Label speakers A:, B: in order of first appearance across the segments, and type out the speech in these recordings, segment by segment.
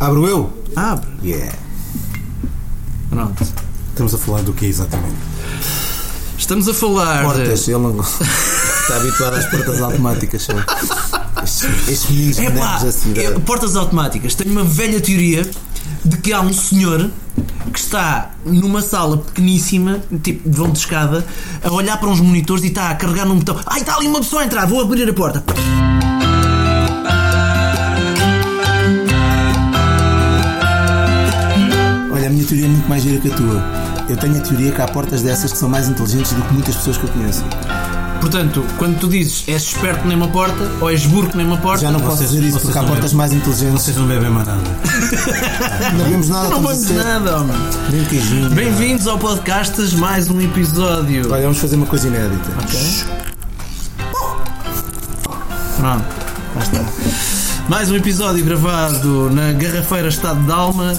A: Abro eu?
B: Abre.
A: Yeah.
B: Pronto.
A: Estamos a falar do que exatamente?
B: Estamos a falar.
A: Portas, ele não está habituado às portas automáticas. sabe? Estes, estes meninos
B: É pá,
A: modernos da cidade.
B: é, portas automáticas. Tenho uma velha teoria de que há um senhor que está numa sala pequeníssima, tipo de vão de escada, a olhar para uns monitores e está a carregar num botão. Ai, está ali uma pessoa a entrar, vou abrir a porta.
A: Olha, a minha teoria é muito mais gira que a tua. Eu tenho a teoria que há portas dessas que são mais inteligentes do que muitas pessoas que eu conheço.
B: Portanto, quando tu dizes és esperto nem uma porta ou és burro nem uma porta,
A: Já não posso
C: Vocês-
A: dizer isso
C: vocês
A: porque há
C: não
A: portas
C: bebem.
A: mais inteligentes.
C: Vocês não bebem mais nada.
A: Não vemos nada,
B: não
A: estamos a
B: vamos
A: ser-
B: nada, homem.
A: Nem um queijinho.
B: Bem-vindos ao podcast, mais um episódio.
A: Olha, vamos fazer uma coisa inédita.
B: Pronto, lá está. Mais um episódio gravado na Garrafeira Estado de Alma,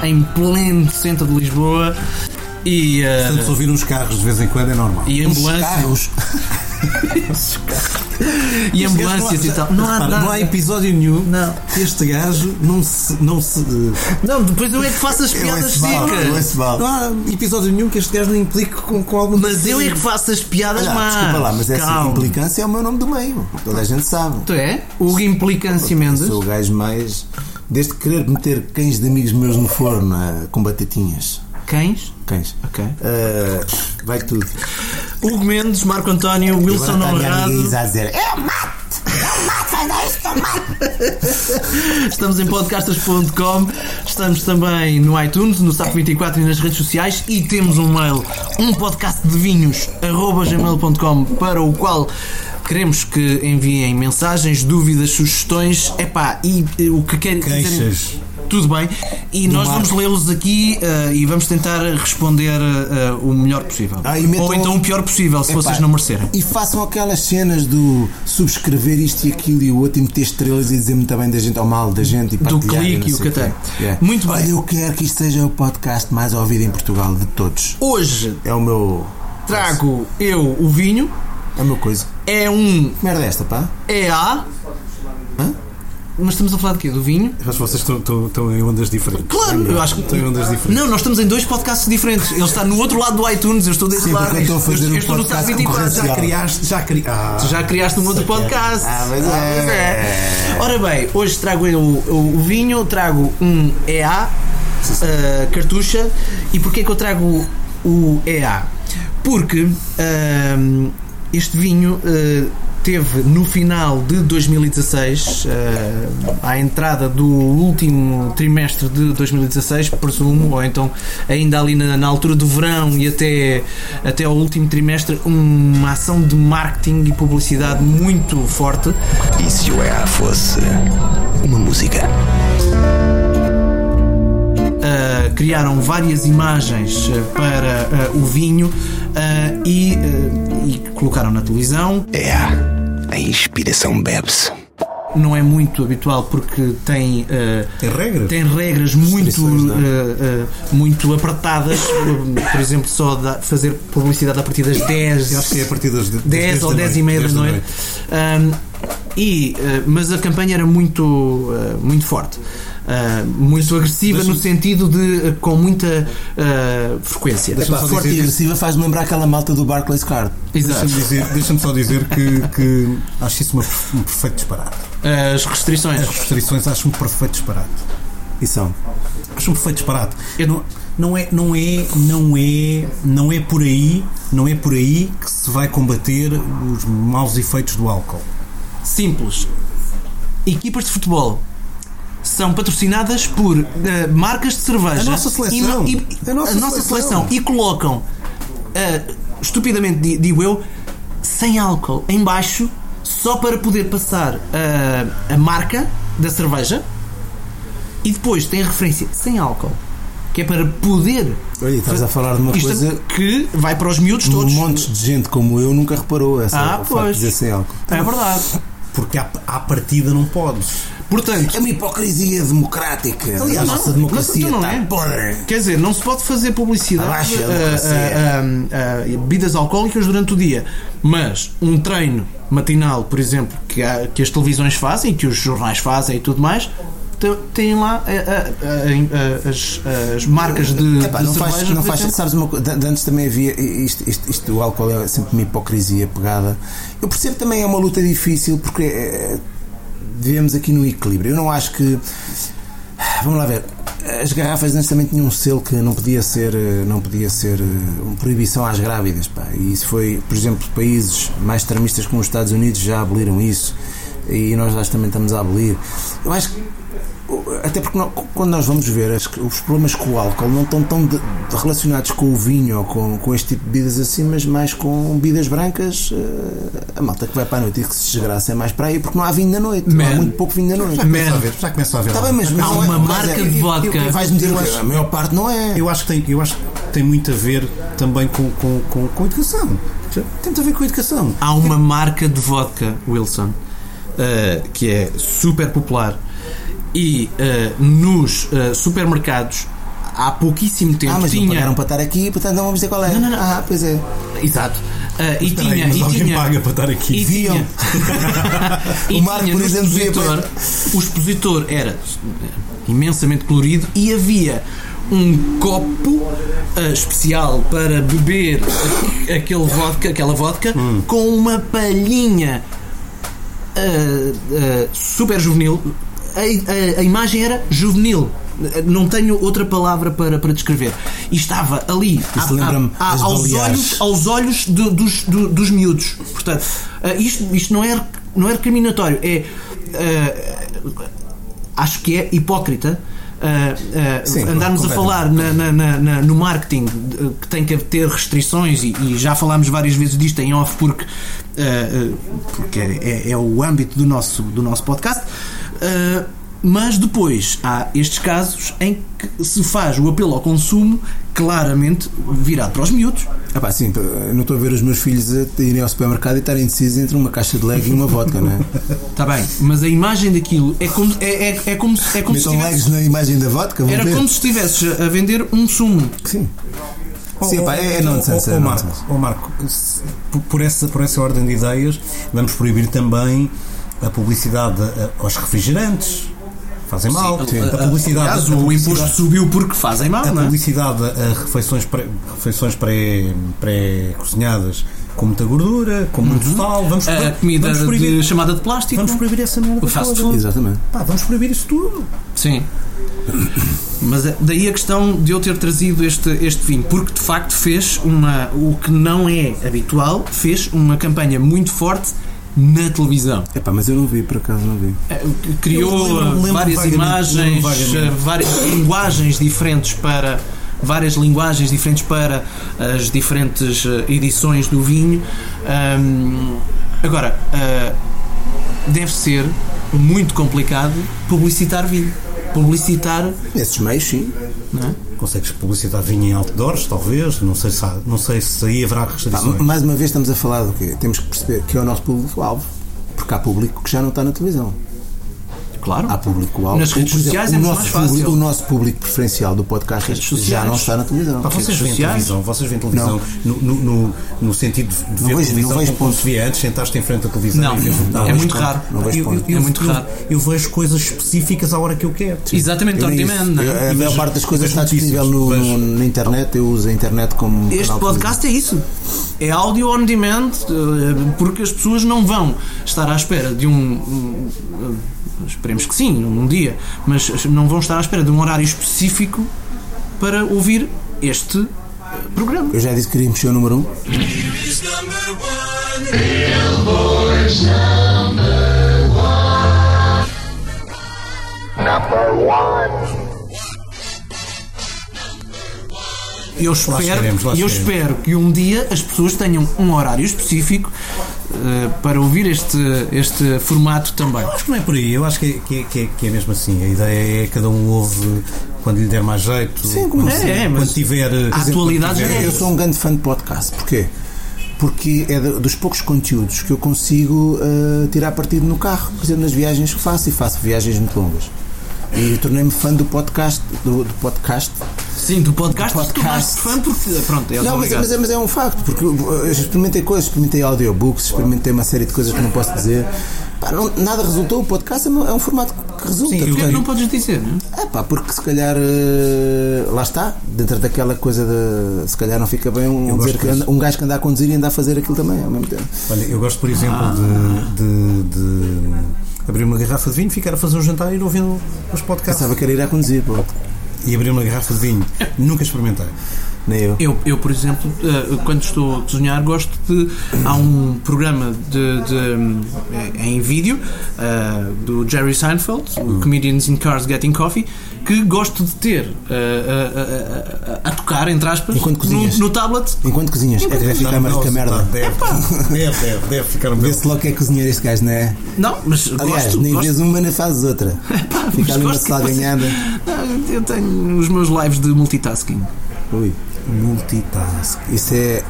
B: em pleno centro de Lisboa. E, eh,
C: Tanto se ouvir uns carros de vez em quando é normal.
B: e
A: Uns
B: ambulâncias,
A: carros.
B: e
C: Este gajo
B: ambulâncias
C: há-
B: e tal. Não há
C: repara,
B: nada.
C: não há episódio nenhum.
B: Não.
C: Este gajo não se. Não se
B: Não, depois eu é que faço as
A: Eu
B: piadas
A: esse mal, eu
B: secas.
A: esse mal.
C: não há episódio nenhum que este gajo não implique com, com algum.
B: Mas eu é que faço as piadas
A: Olha,
B: más.
A: desculpa lá, mas assim essa
B: Calma.
A: implicância é o meu nome do meio. Toda a gente sabe.
B: Tu é? Hugo Implicância Mendes.
A: Sou o gajo mais. Desde querer meter cães de amigos meus no forno ah, com batatinhas.
B: Cães?
A: Cães.
B: Ok.
A: Ah, vai tudo.
B: Hugo Mendes, Marco António,
A: Agora está
B: Wilson
A: a minha amiga
B: Honrado.
A: Isa a dizer: Eu mato!
B: Estamos em podcastas.com, estamos também no iTunes, no SAP24 e nas redes sociais e temos um mail, um podcast de vinhos, arroba gmail.com, para o qual queremos que enviem mensagens, dúvidas, sugestões, epá, e eh, o que querem
C: Queixas.
B: Tudo bem, e nós vamos lê-los aqui eh, e vamos tentar responder eh, o melhor possível.
A: Ah, e metam-
B: Ou então o pior possível, se
A: Epá,
B: vocês não merecerem.
A: E façam aquelas cenas do subscrever isto e aquilo e o outro e meter estrelas e dizer muito bem da gente ao mal da gente e partilhar.
B: clique
A: não
B: e o
A: sei
B: que
A: quê.
B: tem. Muito bem.
A: Olha, eu quero que isto seja o podcast mais ouvido em Portugal de todos.
B: Hoje
A: É o meu.
B: trago eu o vinho,
A: É o meu coisa.
B: é um
A: Que merda é esta, pá?
B: EA.
A: Hã?
B: Mas estamos a falar de quê? Do vinho?
C: Mas vocês estão, estão, estão em ondas diferentes.
B: Claro! Eu acho que.
A: então é um
C: Estão em ondas diferentes.
B: Não, nós estamos em dois podcasts diferentes. Ele está no outro lado do iTunes, eu estou desse
A: Sim,
B: lado.
A: porque eu estou a fazer
B: eu,
A: um
B: eu estou no
A: podcast
B: SAT 24.
A: concorrencial.
C: Já criaste. Já criaste.
B: Tu já criaste um outro podcast.
A: Ah, mas é.
B: Ora bem, hoje trago eu o, o vinho, trago um EA, ah, cartucha. E porquê que eu trago o EA? Porque ahm, este vinho ah, teve no final de 2016, ah, à entrada do último trimestre de 2016, presumo, ou então ainda ali na, na altura do verão e até, até ao último trimestre, uma ação de marketing e publicidade muito forte.
D: E se o EA fosse uma música?
B: Uh, criaram várias imagens uh, para uh, o vinho uh, e, uh, e colocaram na televisão.
D: EA. A inspiração bebe-se.
B: Não é muito habitual porque tem. uh,
C: Tem regras?
B: Tem regras muito,
C: Restrições, não é?
B: uh, uh, muito apertadas, um, por exemplo, só da- fazer publicidade a partir das 10
C: Eu acho que é a partir das 10,
B: 10 ou 10 e meia da noite. Ahm, e, eh, mas a campanha era muito, eh, muito forte. Ah, muito agressiva no sentido de eh, com muita ah, frequência.
A: Pá,
C: só
A: forte
C: dizer
A: e
C: que-
A: agressiva faz-me lembrar aquela malta do Barclays Card.
B: Exato.
C: Deixa-me dizer, deixa só dizer que, que acho isso uma, um perfeito disparate.
B: As restrições.
C: As restrições acho um perfeito disparate.
A: E são.
C: Acho um perfeito disparate.
B: Eu-
C: Não, não é, não é, não é, não é por aí, não é por aí que se vai combater os maus efeitos do álcool.
B: Simples. Equipas de futebol são patrocinadas por eh, marcas de cerveja.
C: A nossa seleção.
B: E no- E,
C: A nossa
B: seleção.
C: seleção.
B: E colocam, eh, estupidamente di- digo eu, sem álcool em baixo, só para poder passar eh, a marca da cerveja. E depois tem a referência sem álcool. Que é para poder.
A: Olha, estás a falar de uma
B: Isto
A: coisa
B: que vai para os miúdos
A: que um
B: todos.
A: monte de gente como eu nunca reparou. Essa,
B: Ah,
A: o facto
B: pois.
A: de dizer assim sem álcool.
B: É verdade.
C: Porque à, à partida não podes.
B: Portanto,
A: É uma hipocrisia democrática.
C: Aliás,
A: a nossa
C: não,
A: democracia
B: não, tu não
C: tá
A: está
B: é.
A: podre.
B: Quer dizer, não se pode fazer publicidade eh,
A: Abaixa a
B: a-
A: democracia.
B: a- a- a um, eh, bebidas alcoólicas durante o dia, mas um treino matinal, por exemplo, que, há- que as televisões fazem, que os jornais fazem e tudo mais, te- têm lá eh, a- a- a- a- eh, as, as marcas de,
A: Epá,
B: de
A: não
B: cerveja.
A: faz, não
B: por
A: faz
B: exemplo.
A: sabes uma coisa, de- antes também havia isto, isto, isto o álcool é sempre uma hipocrisia pegada. Eu percebo também é uma luta difícil porque eh, vivemos aqui no equilíbrio. Eu não acho que vamos lá ver. As garrafas antes também tinham um selo que não podia ser, eh, não podia ser eh, uma proibição às grávidas, pá. E isso foi, por exemplo, países mais extremistas como os Estados Unidos já aboliram isso e nós lá também estamos a abolir. Eu acho que até porque nó- quando nós vamos ver as- os problemas com o álcool não estão tão de- de relacionados com o vinho ou com, com este tipo de bebidas assim, mas mais com bebidas brancas. eh, a malta que vai para a noite e que se desgraça é mais para aí porque não há vinho na noite, não há
B: Man.
A: muito pouco vinho na noite.
C: Começa a ver, já começa a ver.
A: Está bem, mas
B: Há
A: não é-
B: uma
A: mas
B: marca
A: é-
B: de
A: eu-
B: vodka.
A: eu- Vais-me dizer que a maior parte não é.
C: Eu acho que tem, eu acho que tem muito a ver também com, com, com, com a educação. Tem muito a ver com a educação.
B: Há uma marca de vodka, Wilson, eh, que é super popular e eh, nos eh, supermercados há pouquíssimo tempo
A: Ah, mas não
B: tinha.
A: pagaram para estar aqui, portanto não vamos dizer qual é.
B: Não, não, não.
A: Ah, pois é.
B: Exato. Eh, e
C: Espera aí,
B: tinha,
C: mas
B: e
C: alguém
B: tinha,
C: paga para estar aqui.
B: E
A: Viam.
B: tinha, e
A: O Marco,
B: tinha
A: por
B: no
A: exemplo, dizia,
B: expositor, o expositor era imensamente colorido e havia um copo ah, especial para beber aquele vodka, aquela vodka
A: Hum.
B: com uma palhinha ah, ah, super juvenil. A, a- a imagem era juvenil. Não tenho outra palavra para, para descrever. E estava ali à- à-
A: lembra-me
B: à-
A: das
B: aos
A: Baleares.
B: olhos aos olhos do- dos, do- dos miúdos. Portanto, ah, isto, isto não, é, não é recriminatório, é. ah, acho que é hipócrita. ah, ah,
A: Sim,
B: andarmos a
A: completamente.
B: falar na- na- na- na- no marketing de- que tem que ter restrições e, e já falámos várias vezes disto em off porque, ah, ah, porque é, é- é o âmbito do nosso, do nosso podcast ah, mas depois há estes casos em que se faz o apelo ao consumo claramente virado para os miúdos
A: Ah, pá, sim, eu não estou a ver os meus filhos a irem ao supermercado e estarem indecisos entre uma caixa de leg e uma vodka, não é?
B: Está Tá bem, mas a imagem daquilo é como, é, é, é como, se- é como se
A: Metam legs
B: estivesse-
A: na imagem da vodka, vão
B: era
A: ver.
B: como se estivesses a vender um sumo.
A: Sim. Sim, pá, é, é
C: Então,
A: nonsense.
C: ó-
A: é
C: ó
A: nonsense.
C: Marco, ó Marco, se- por- por essa, por essa ordem de ideias, vamos proibir também a publicidade a- aos refrigerantes. Fazem mal.
B: Sim,
C: A
B: aliás,
C: publicidade. a
B: o
C: publicidade-
B: imposto subiu porque fazem mal,
C: a
B: não é?
C: publicidade a refeições pré- refeições pré- pré-cozinhadas com muita gordura, com muito sal, vamos,
B: A
C: vamos
B: comida de,
C: proibir,
B: chamada de plástico.
C: vamos proibir essa merda
B: O fast
C: toda.
B: food.
A: Exatamente.
C: Pá, vamos proibir isso tudo.
B: Sim. Mas é- daí a questão de eu ter trazido este, este vinho, porque de facto fez uma. O que não é habitual, fez uma campanha muito forte na televisão.
A: Epá, mas eu não vi, por acaso não vi.
B: Eh, criou
C: Eu lembro-
B: eh,
C: lembro
B: várias
C: vagamente,
B: imagens,
C: lembro vagamente.
B: eh, várias linguagens diferentes para várias linguagens diferentes para as diferentes eh, edições do vinho. Ahm, agora eh, deve ser muito complicado publicitar vinho, publicitar
A: Nesses meios, sim.
C: Consegues publicitar vinho em outdoors, talvez, não sei se, há- não sei se aí haverá
A: Pá,
C: restrições.
A: m- mais uma vez estamos a falar do quê? Temos que perceber que é o nosso público-alvo. Porque há público que já não está na televisão.
B: claro
A: Há público-alvo.
B: Nas redes
A: Por exemplo,
B: sociais
A: o
B: é muito
A: nosso
B: mais fácil.
A: público- o nosso público preferencial do podcast
B: Redes
A: já
B: sociais.
A: não está na televisão.
C: Pá, Ah, vocês veem
B: sociais?
C: televisão, vocês veem televisão no, no, no- no sentido de ver
A: vejo-
C: televisão
A: não vejo
C: como se via antes, sentaste em frente à televisão
B: Não,
C: e vês
B: não, é
C: vejo
B: muito
C: ponto.
B: raro.
A: Não vejo ponto.
B: É muito
C: eu-
B: raro.
C: Eu vejo coisas específicas à hora que eu quero.
B: exatamente
A: Eu
B: on
A: nem isso.
B: demand não é?
A: Eu- a
C: E
A: maior
C: vejo-
A: parte das coisas
C: vejo
A: está
C: notícias,
A: disponível no,
C: vejo.
A: no- na internet. Eu uso a internet como.
B: Este
A: canal de
B: podcast é isso. É áudio on demand, eh, porque as pessoas não vão estar à espera de um. um, eh, Esperemos que sim, um dia, mas não vão estar à espera de um horário específico para ouvir este eh, programa.
A: Eu já disse que queria mexer o número 1. Um.
B: Eu espero,
C: chegaremos, lá
B: eu
C: chegaremos.
B: espero que um dia as pessoas tenham um horário específico eh, para ouvir este, este formato também.
C: Acho que não é por aí, eu acho que é, que, é, que, é, que é mesmo assim. A ideia é cada um ouve quando lhe der mais jeito,
A: Sim, como
C: quando,
A: é,
C: se-
B: é, mas
C: quando tiver.
B: a atualidade já é
A: Eu sou um grande fã de podcast. Porquê? Porque é do- dos poucos conteúdos que eu consigo ah, tirar partido no carro, por exemplo, nas viagens que faço, e faço viagens muito longas. E tornei-me fã do podcast. Do, do podcast.
B: Sim, do podcast,
A: Do podcast.
B: podcast. fã porque. Pronto, é
A: Não, mas,
B: obrigado.
A: mas é, mas é um facto, porque eu experimentei coisas, experimentei audiobooks, experimentei uma série de coisas que não posso dizer. Pá, não- nada resultou, o podcast é um, é um formato que que resulta.
B: Sim, porque
A: portanto,
B: não podes dizer, não é?
A: Ah pá, porque se calhar eh, lá está, dentro daquela coisa de se calhar não fica bem um,
C: Eu
A: dizer
C: gosto
A: que
C: disso.
A: anda- um gajo que anda a conduzir e anda a fazer aquilo também ao mesmo tempo.
C: Olha, eu gosto, por exemplo,
B: Ah.
C: de, de- de abrir uma garrafa de vinho, ficar a fazer um jantar e ir ouvindo os podcasts.
A: Pensava que era ir a conduzir, pô.
C: E abrir uma garrafa de vinho. Nunca experimentei.
A: Nem eu.
B: Eu, eu, por exemplo, eh, quando estou a desenhar, gosto de. Há um programa de, de, hum, eh, em vídeo eh, do Jerry Seinfeld,
A: Hum.
B: o Comedians in Cars Getting Coffee, que gosto de ter eh, a- a, a- a tocar, entre aspas,
A: Enquanto
B: no,
A: cozinhas.
B: no tablet.
A: Enquanto cozinhas, é que deve ficar mais que a merda.
C: Deve, deve, deve, deve ficar um belo.
A: Vê-se logo que é cozinheiro este gajo, não é?
B: Não, mas
A: Aliás,
B: gosto.
A: nem
B: gosto
A: vês uma, nem fazes outra. Fica ali uma
B: gosto que você-
A: salganhada.
B: Não, Eu tenho os meus lives de multitasking.
A: Ui,
C: Multitask.
A: isso é.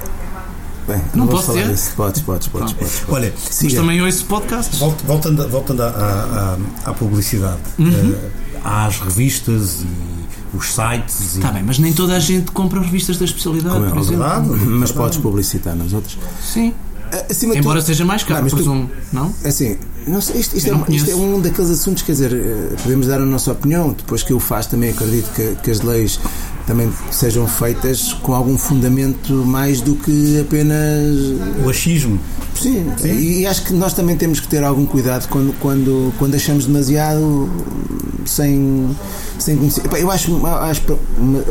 A: Bem, não, vamos
B: posso
A: falar
B: dizer?
A: disso. Podes, podes, podes. podes.
C: Olha,
B: Mas
A: Siga.
B: também ouço podcasts.
C: Volt- Voltando, a- voltando à, à- à- à publicidade, eh, às revistas e os sites e
B: Está Tá bem, mas nem toda a gente compra revistas da especialidade,
A: Como é,
B: por
A: é
B: exemplo.
C: verdade,
A: Mas podes publicitar nas outras.
B: Sim.
A: Ah, Acima de
B: Embora
A: tudo-
B: seja mais caro,
A: Não, mas tu-
B: presumo. Não?
A: Assim, não sei, isto, isto
B: Eu
A: é,
B: não
A: um- isto é
B: conheço.
A: um daqueles assuntos, quer dizer, eh, podemos dar a nossa opinião, depois que eu faço também acredito que, que as leis também sejam feitas com algum fundamento mais do que apenas
C: o achismo.
A: Sim, E, e acho que nós também temos que ter algum cuidado quando, quando, quando achamos demasiado hum, sem, sem conhecer. Epá, eu acho, acho,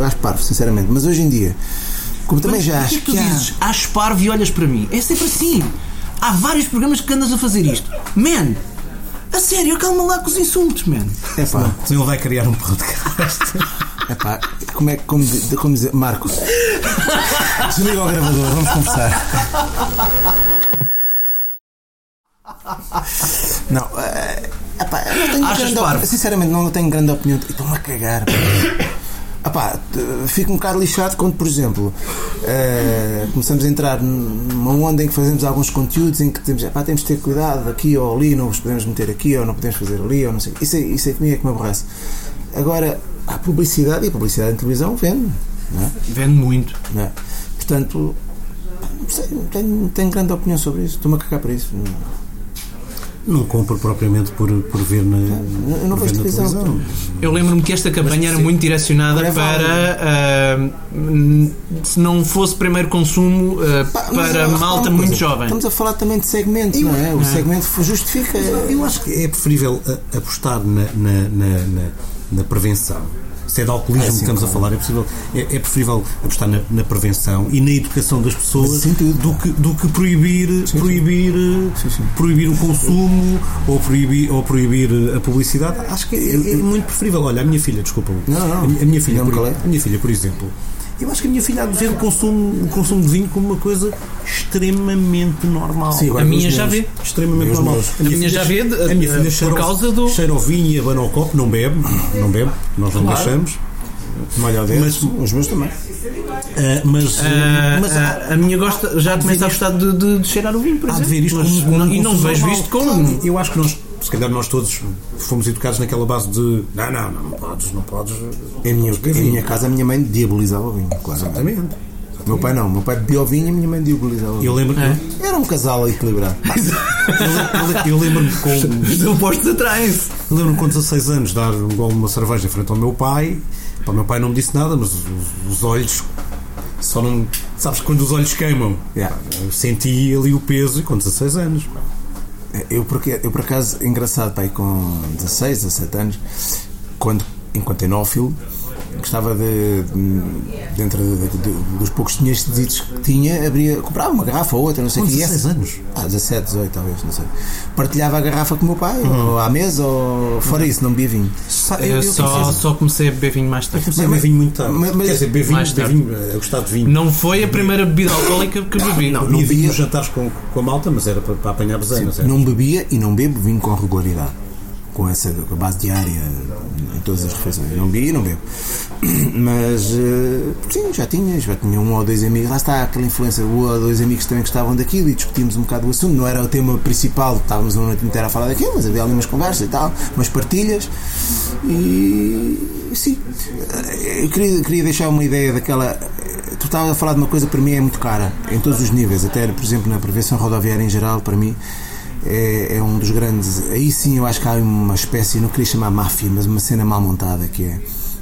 A: acho parvo, sinceramente, mas hoje em dia, como também já
B: Mas
A: acho
B: o que é que tu
A: há-
B: dizes? Acho parvo e olhas para mim. É sempre assim. Há vários programas que andas a fazer isto. Man, a sério, calma lá com os insultos, man.
A: Epá,
C: Senão ele vai criar um podcast.
A: epá, como é que- como, di- como dizer, Marco, desliga o gravador, vamos conversar. Não, eh, epá, eu não tenho
B: Achas
A: grande op-
B: parvo?
A: Sinceramente, não tenho grande opinião. Estão a cagar. pá. Ah pá, t- fico um bocado lixado quando, por exemplo, eh, começamos a entrar numa onda em que fazemos alguns conteúdos em que temos, epá, temos de ter cuidado aqui ou ali, não os podemos meter aqui ou não podemos fazer ali ou não sei. Isso, é- isso é comigo é que me aborrece. Agora, há publicidade e a publicidade em televisão vende, não é?
B: Vende muito.
A: Não é? Portanto, pá, não sei, não tenho, não tenho grande opinião sobre isso. Estou-me a cagar para isso. Não-
C: Não compro propriamente por, por ver na,
A: eu não
C: por ver
A: vejo
C: na
A: televisão.
C: televisão.
B: Eu lembro-me que esta campanha era muito
A: Agora
B: direcionada
A: é
B: para ah, se não fosse primeiro consumo ah,
A: Pá, mas
B: para
A: repara
B: malta
A: uma
B: muito
A: coisa,
B: jovem.
A: Estamos a falar também de segmento, não é? O segmento justifica.
C: Eu acho que é preferível a- apostar na, na, na, na- na prevenção. Se é de alcoolismo
A: É, sim,
C: que estamos a
A: claro.
C: falar, é, possível, é, é preferível apostar na, na prevenção e na educação das pessoas
A: Sim, tudo.
C: do que, do que proibir, proibir, eh,
A: Sim, sim.
C: proibir o consumo ou proibir, ou proibir eh, a publicidade. Acho que é, é muito preferível. Olha, a minha filha, desculpa, Hugo.
A: Não, não.
C: A, minha- a minha filha,
A: Não,
C: por,
A: qual é?
C: a minha filha, por exemplo. Eu acho que a minha filha há de ver o consumo, o consumo de vinho como uma coisa extremamente normal.
A: Sim, agora
B: A minha
A: os
B: já
A: meus.
B: vê.
C: Extremamente
A: Meus,
C: normal.
A: meus.
B: A minha já vê, de-
C: a minha
B: eh,
C: filha
B: por
C: cheira ao-
B: causa do-
C: Cheira ao vinho e abana ao copo, não bebe, não bebe, nós não
B: Claro.
C: deixamos.
A: Molha o dedo. os meus também.
C: Ah, mas
B: Ah,
C: mas há-
B: ah, a minha gosta, já começa a gostar de, de- de cheirar o vinho, por
C: há
B: exemplo.
C: de ver isto
B: Mas
C: como
B: não-
C: um
B: e não
C: consumo
B: vejo
C: normal.
B: isto como.
C: Claro, Eu acho que nós, se calhar nós todos fomos educados naquela base de não, não, não podes, não podes.
A: Em minha, em minha casa, a minha mãe diabolizava o vinho, claramente.
C: Exatamente.
A: O Meu pai não, o meu pai bebia o vinho e a minha mãe diabolizava o
C: Eu
A: vinho.
C: lembro,
B: É.
A: Era um casal equilibrado.
C: eu, eu lembro-me com
B: Os opostos atraem-se.
C: é um Eu Lembro-me com 16 anos dar um golo de uma cerveja em frente ao meu pai. Pá, O meu pai não me disse nada, mas os, os olhos só não. Sabes quando os olhos queimam?
A: Yeah.
C: Eu senti ali o peso e com 16 anos. pá.
A: Eu, porque, eu por acaso, engraçado, pai, com 16, 17 anos, quando, enquanto enófilo, gostava de, de- dentro de- de- dos poucos dinheiros deditos que tinha, abria, comprava uma garrafa ou outra, não sei o
C: Com
A: que. e
C: 16
A: essa-
C: anos.
A: Ah, 17, 18 talvez, não sei. Partilhava a garrafa com o meu pai, ou à mesa, ou fora isso, não bebia vinho.
C: Sa-
B: Eu, só, só comecei a beber vinho mais tarde.
C: comecei a beber é vinho muito tarde.
A: mas- mas-
C: Quer dizer, beber vinho,
B: Mais
C: beber
B: tarde.
C: vinho, eh, a gostar de vinho.
B: Não foi a primeira bebida alcoólica que bebi.
C: não,
A: não
C: não vinho
A: bebia.
C: nos jantares com, com a malta, mas era para, para apanhar bezenas. era.
A: Não bebia e não bebo vinho com regularidade. Com essa base diária em todas as refeições. Não bebia e não bebo. Mas, eh, sim, já tinha, já tinha um ou dois amigos. Lá está aquela influência, um ou dois amigos também gostavam daquilo e discutíamos um bocado o assunto. Não era o tema principal, estávamos uma noite inteira a falar daquilo, mas havia ali umas conversas e tal, umas partilhas. E, sim, eh, eu queria, queria deixar uma ideia daquela eh, tu estavas a falar de uma coisa que para mim é muito cara, em todos os níveis, até por exemplo na prevenção rodoviária em geral, para mim é, é um dos grandes. Aí sim eu acho que há uma espécie, não queria chamar máfia, mas uma cena mal montada que é.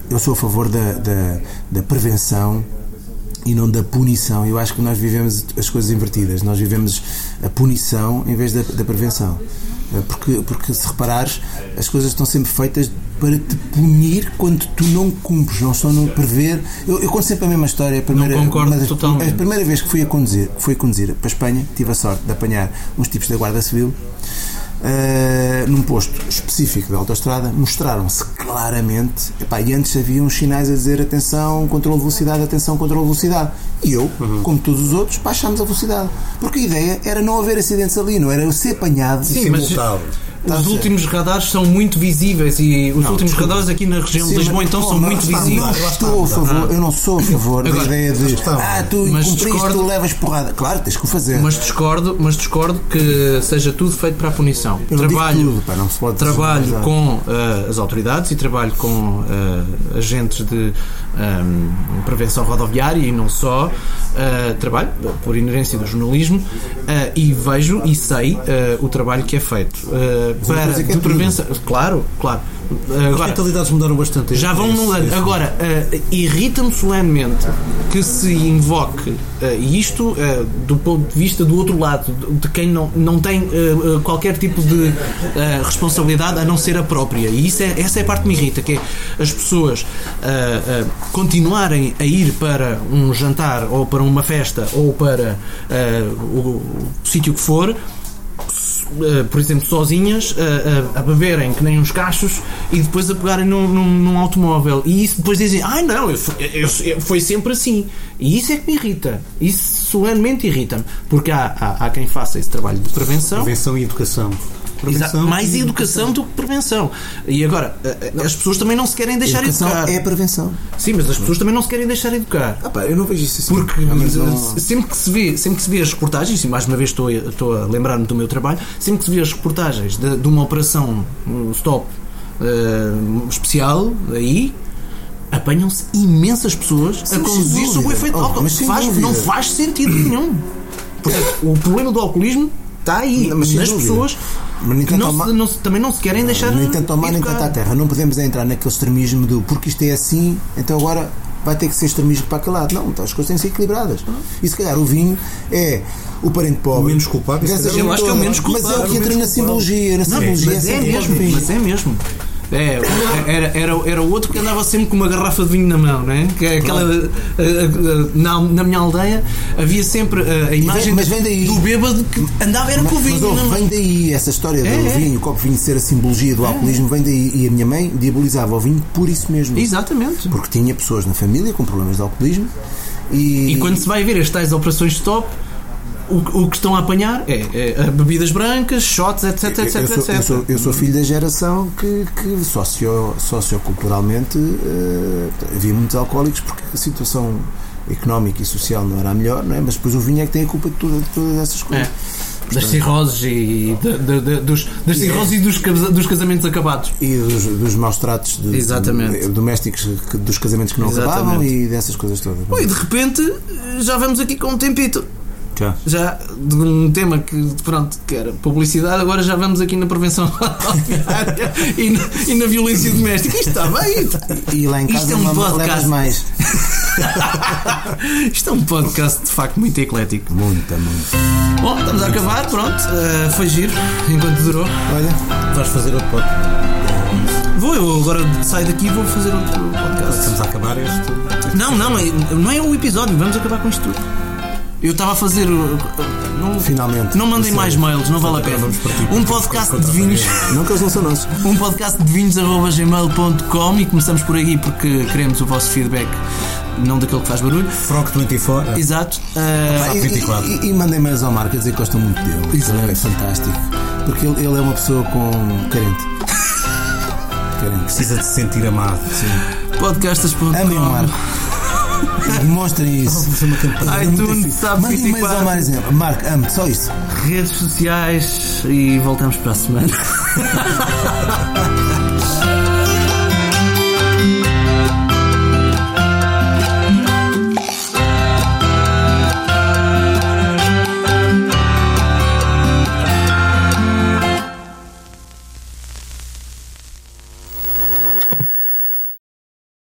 A: Eu sou a favor da, da, da prevenção e não da punição. Eu acho que nós vivemos as coisas invertidas. Nós vivemos a punição em vez da, da prevenção. Eh, Porque, porque se reparares, as coisas estão sempre feitas para te punir quando tu não cumpres, não só não prever. Eu, eu conto sempre a mesma história. A primeira,
B: concordo
A: uma das-
B: totalmente.
A: a primeira vez que fui a conduzir, fui a conduzir para a Espanha, tive a sorte de apanhar uns tipos da Guarda Civil. eh, num posto específico da autoestrada mostraram-se claramente epá, e antes havia uns sinais a dizer atenção, controle de velocidade, atenção, controle de velocidade e eu,
B: Uhum.
A: como todos os outros baixámos a velocidade, porque a ideia era não haver acidentes ali, não era eu ser apanhado
B: Sim, mas-
C: Multado.
A: Tá
B: Os
A: certo.
B: últimos radares são muito visíveis e os últimos
A: desculpa.
B: radares aqui na região
A: Sim,
B: de Lisboa
A: mas-
B: então
A: oh,
B: são
A: mas
B: muito
A: repara,
B: visíveis.
A: Não
C: Lá está,
A: estou a
C: lá está.
A: favor, eu não sou a favor da
B: Agora,
A: ideia de
C: está.
A: ah, tu
B: Mas
A: cumpriste,
B: discordo-
A: tu levas porrada. Claro, tens que o fazer.
B: Mas discordo, mas discordo que seja tudo feito para a punição.
A: Eu não digo
B: trabalho
A: tudo, pá, não se pode
B: trabalho
A: generalizar.
B: com ah, as autoridades e trabalho com ah, agentes de ahm, prevenção rodoviária e não só. Ah, trabalho por inerência do jornalismo ah, e vejo e sei ah, o trabalho que é feito ah,
A: não
B: para
A: quer dizer que é
B: de
A: tudo.
B: prevenção. Claro, claro.
C: As
B: Agora,
C: mentalidades mudaram bastante.
B: já vão
C: Esse-
B: mudando.
C: esse-
B: Agora, eh, irrita-me solenemente que se invoque eh, isto eh, do ponto de vista do outro lado, de- de quem não, não tem eh, eh, qualquer tipo de eh, responsabilidade a não ser a própria. E isso é, essa é a parte que me irrita, que é as pessoas eh, eh, continuarem a ir para um jantar ou para uma festa ou para eh, o, o sítio que for uh, por exemplo, sozinhas, uh, uh, a beberem que nem uns cachos e depois a pegarem num, num- num automóvel. E isso depois dizem, ai não, eu, fui- eu- eu- foi sempre assim. E isso é que me irrita. Isso solenemente irrita-me. Porque há, há, há quem faça esse trabalho de prevenção.
C: Prevenção e educação.
B: Exato,
C: Prevenção
B: mais
C: e-
B: educação do que prevenção. E agora, uh, uh, as pessoas também não se querem deixar
A: Educação
B: educar.
A: é a prevenção.
B: Sim, mas as pessoas também não se querem deixar educar.
A: Ah, pá, eu não vejo isso assim.
B: Porque
A: Realmente não-
B: eh, sempre, que se vê, sempre que se vê as reportagens, e mais uma vez estou a, estou a lembrar-me do meu trabalho, sempre que se vê as reportagens de, de uma operação um stop eh, especial, aí apanham-se imensas pessoas a
A: mas sem
B: conduzir sob o
A: dúvida.
B: efeito
A: Oh,
B: do álcool.
A: mas sem
B: Faz-
A: dúvida.
B: não faz sentido nenhum. Portanto, o problema do alcoolismo está aí,
A: Não, Tá mas sem
B: nas
A: dúvida.
B: pessoas
A: Mas nem
B: que
A: tanto
B: não
A: ao
B: se-
A: ma-
B: não se- também não se querem deixar
A: nem tanto ao mar, nem tanto à terra. Não podemos é entrar naquele extremismo do porque isto é assim, então agora vai ter que ser extremismo para aquele lado. Não, então as coisas têm que ser equilibradas. E se calhar o vinho é o parente pobre.
C: O menos culpado,
A: Dessa
C: se calhar.
A: gente
B: Eu acho que é o
A: toda.
B: menos
A: Mas
B: culpado,
A: é o
B: é o
A: que entra
B: menos
A: na
B: culpado.
A: simbologia. Na
B: Não,
A: simbologia
B: mas é
A: sempre
B: mesmo,
A: bom.
B: mas é mesmo. É, era, era, era o outro que andava sempre com uma garrafa de vinho na mão, não é? Que é aquela, eh, eh, na, na minha aldeia havia sempre eh, a imagem
A: mas vem daí.
B: do bêbado que andava era com o vinho é?
A: Mas,
B: na
A: ouve,
B: mão.
A: vem daí essa história
B: É,
A: do
B: é.
A: vinho, o copo de vinho ser a simbologia do alcoolismo, vem daí. E a minha mãe diabolizava o vinho por isso mesmo.
B: Exatamente.
A: Porque tinha pessoas na família com problemas de alcoolismo e,
B: E quando se vai ver as tais operações stop, o, que- o que estão a apanhar é, é, bebidas brancas, shots, etc,
A: Eu-
B: etc,
A: eu, sou,
B: etc.
A: eu sou- eu sou filho da geração que, que socio, socioculturalmente eh, havia muitos alcoólicos porque a situação económica e social não era a melhor, não é? mas depois o vinho é que tem a culpa de, tudo- de todas essas coisas.
B: É. Das cirroses e de- de- de- dos, das
A: é.
B: cirroses e dos, casa- dos casamentos acabados.
A: E dos, dos maus tratos de-
B: É. Exatamente.
A: de- domésticos que- dos casamentos que não acabavam
B: Exatamente.
A: e dessas coisas todas.
B: Pô, E de repente já vamos aqui com um tempito.
A: Já.
B: Já de um tema que, pronto, que era publicidade, agora já vamos aqui na prevenção rodoviária e, na, e na violência doméstica. Isto está bem.
A: E lá em
B: Isto
A: casa
B: é um
A: não
B: podcast.
A: levas mais.
B: Isto é um podcast de facto muito eclético.
A: Muita, muita.
B: Bom, estamos a acabar, pronto. eh, foi giro, enquanto durou.
A: Olha,
C: Vais fazer outro pote.
B: Vou, eu agora saio daqui e vou fazer outro podcast.
C: Estamos a acabar este.
B: Não, não, é- não é o episódio, vamos acabar com isto tudo. Eu estava a fazer. o- Não,
A: finalmente.
B: não mandem mais mails, não vale a pena.
C: Vamos partir.
B: Um podcast de vinhos.
A: Não que eles não são nossos.
B: um podcast de vinhos.gmail.com e começamos por aí porque queremos o vosso feedback, não daquele que faz barulho.
C: Frog 24.
B: Exato. Ah,
A: E-
C: 24.
A: E, e, e mandei mails ao Marco a dizer que gostam muito dele. Isso é fantástico. Porque ele, ele é uma pessoa com carente. carente.
C: É, Precisa de se sentir amado.
B: podcastas.com.
A: Amem o Marco. E Demonstrem isso.
C: Fazer uma campanha.
B: Ai, tu não sabes
A: Mandem mails ao Marco dizendo, um Marco, amo só isso.
B: Redes sociais e voltamos para a semana.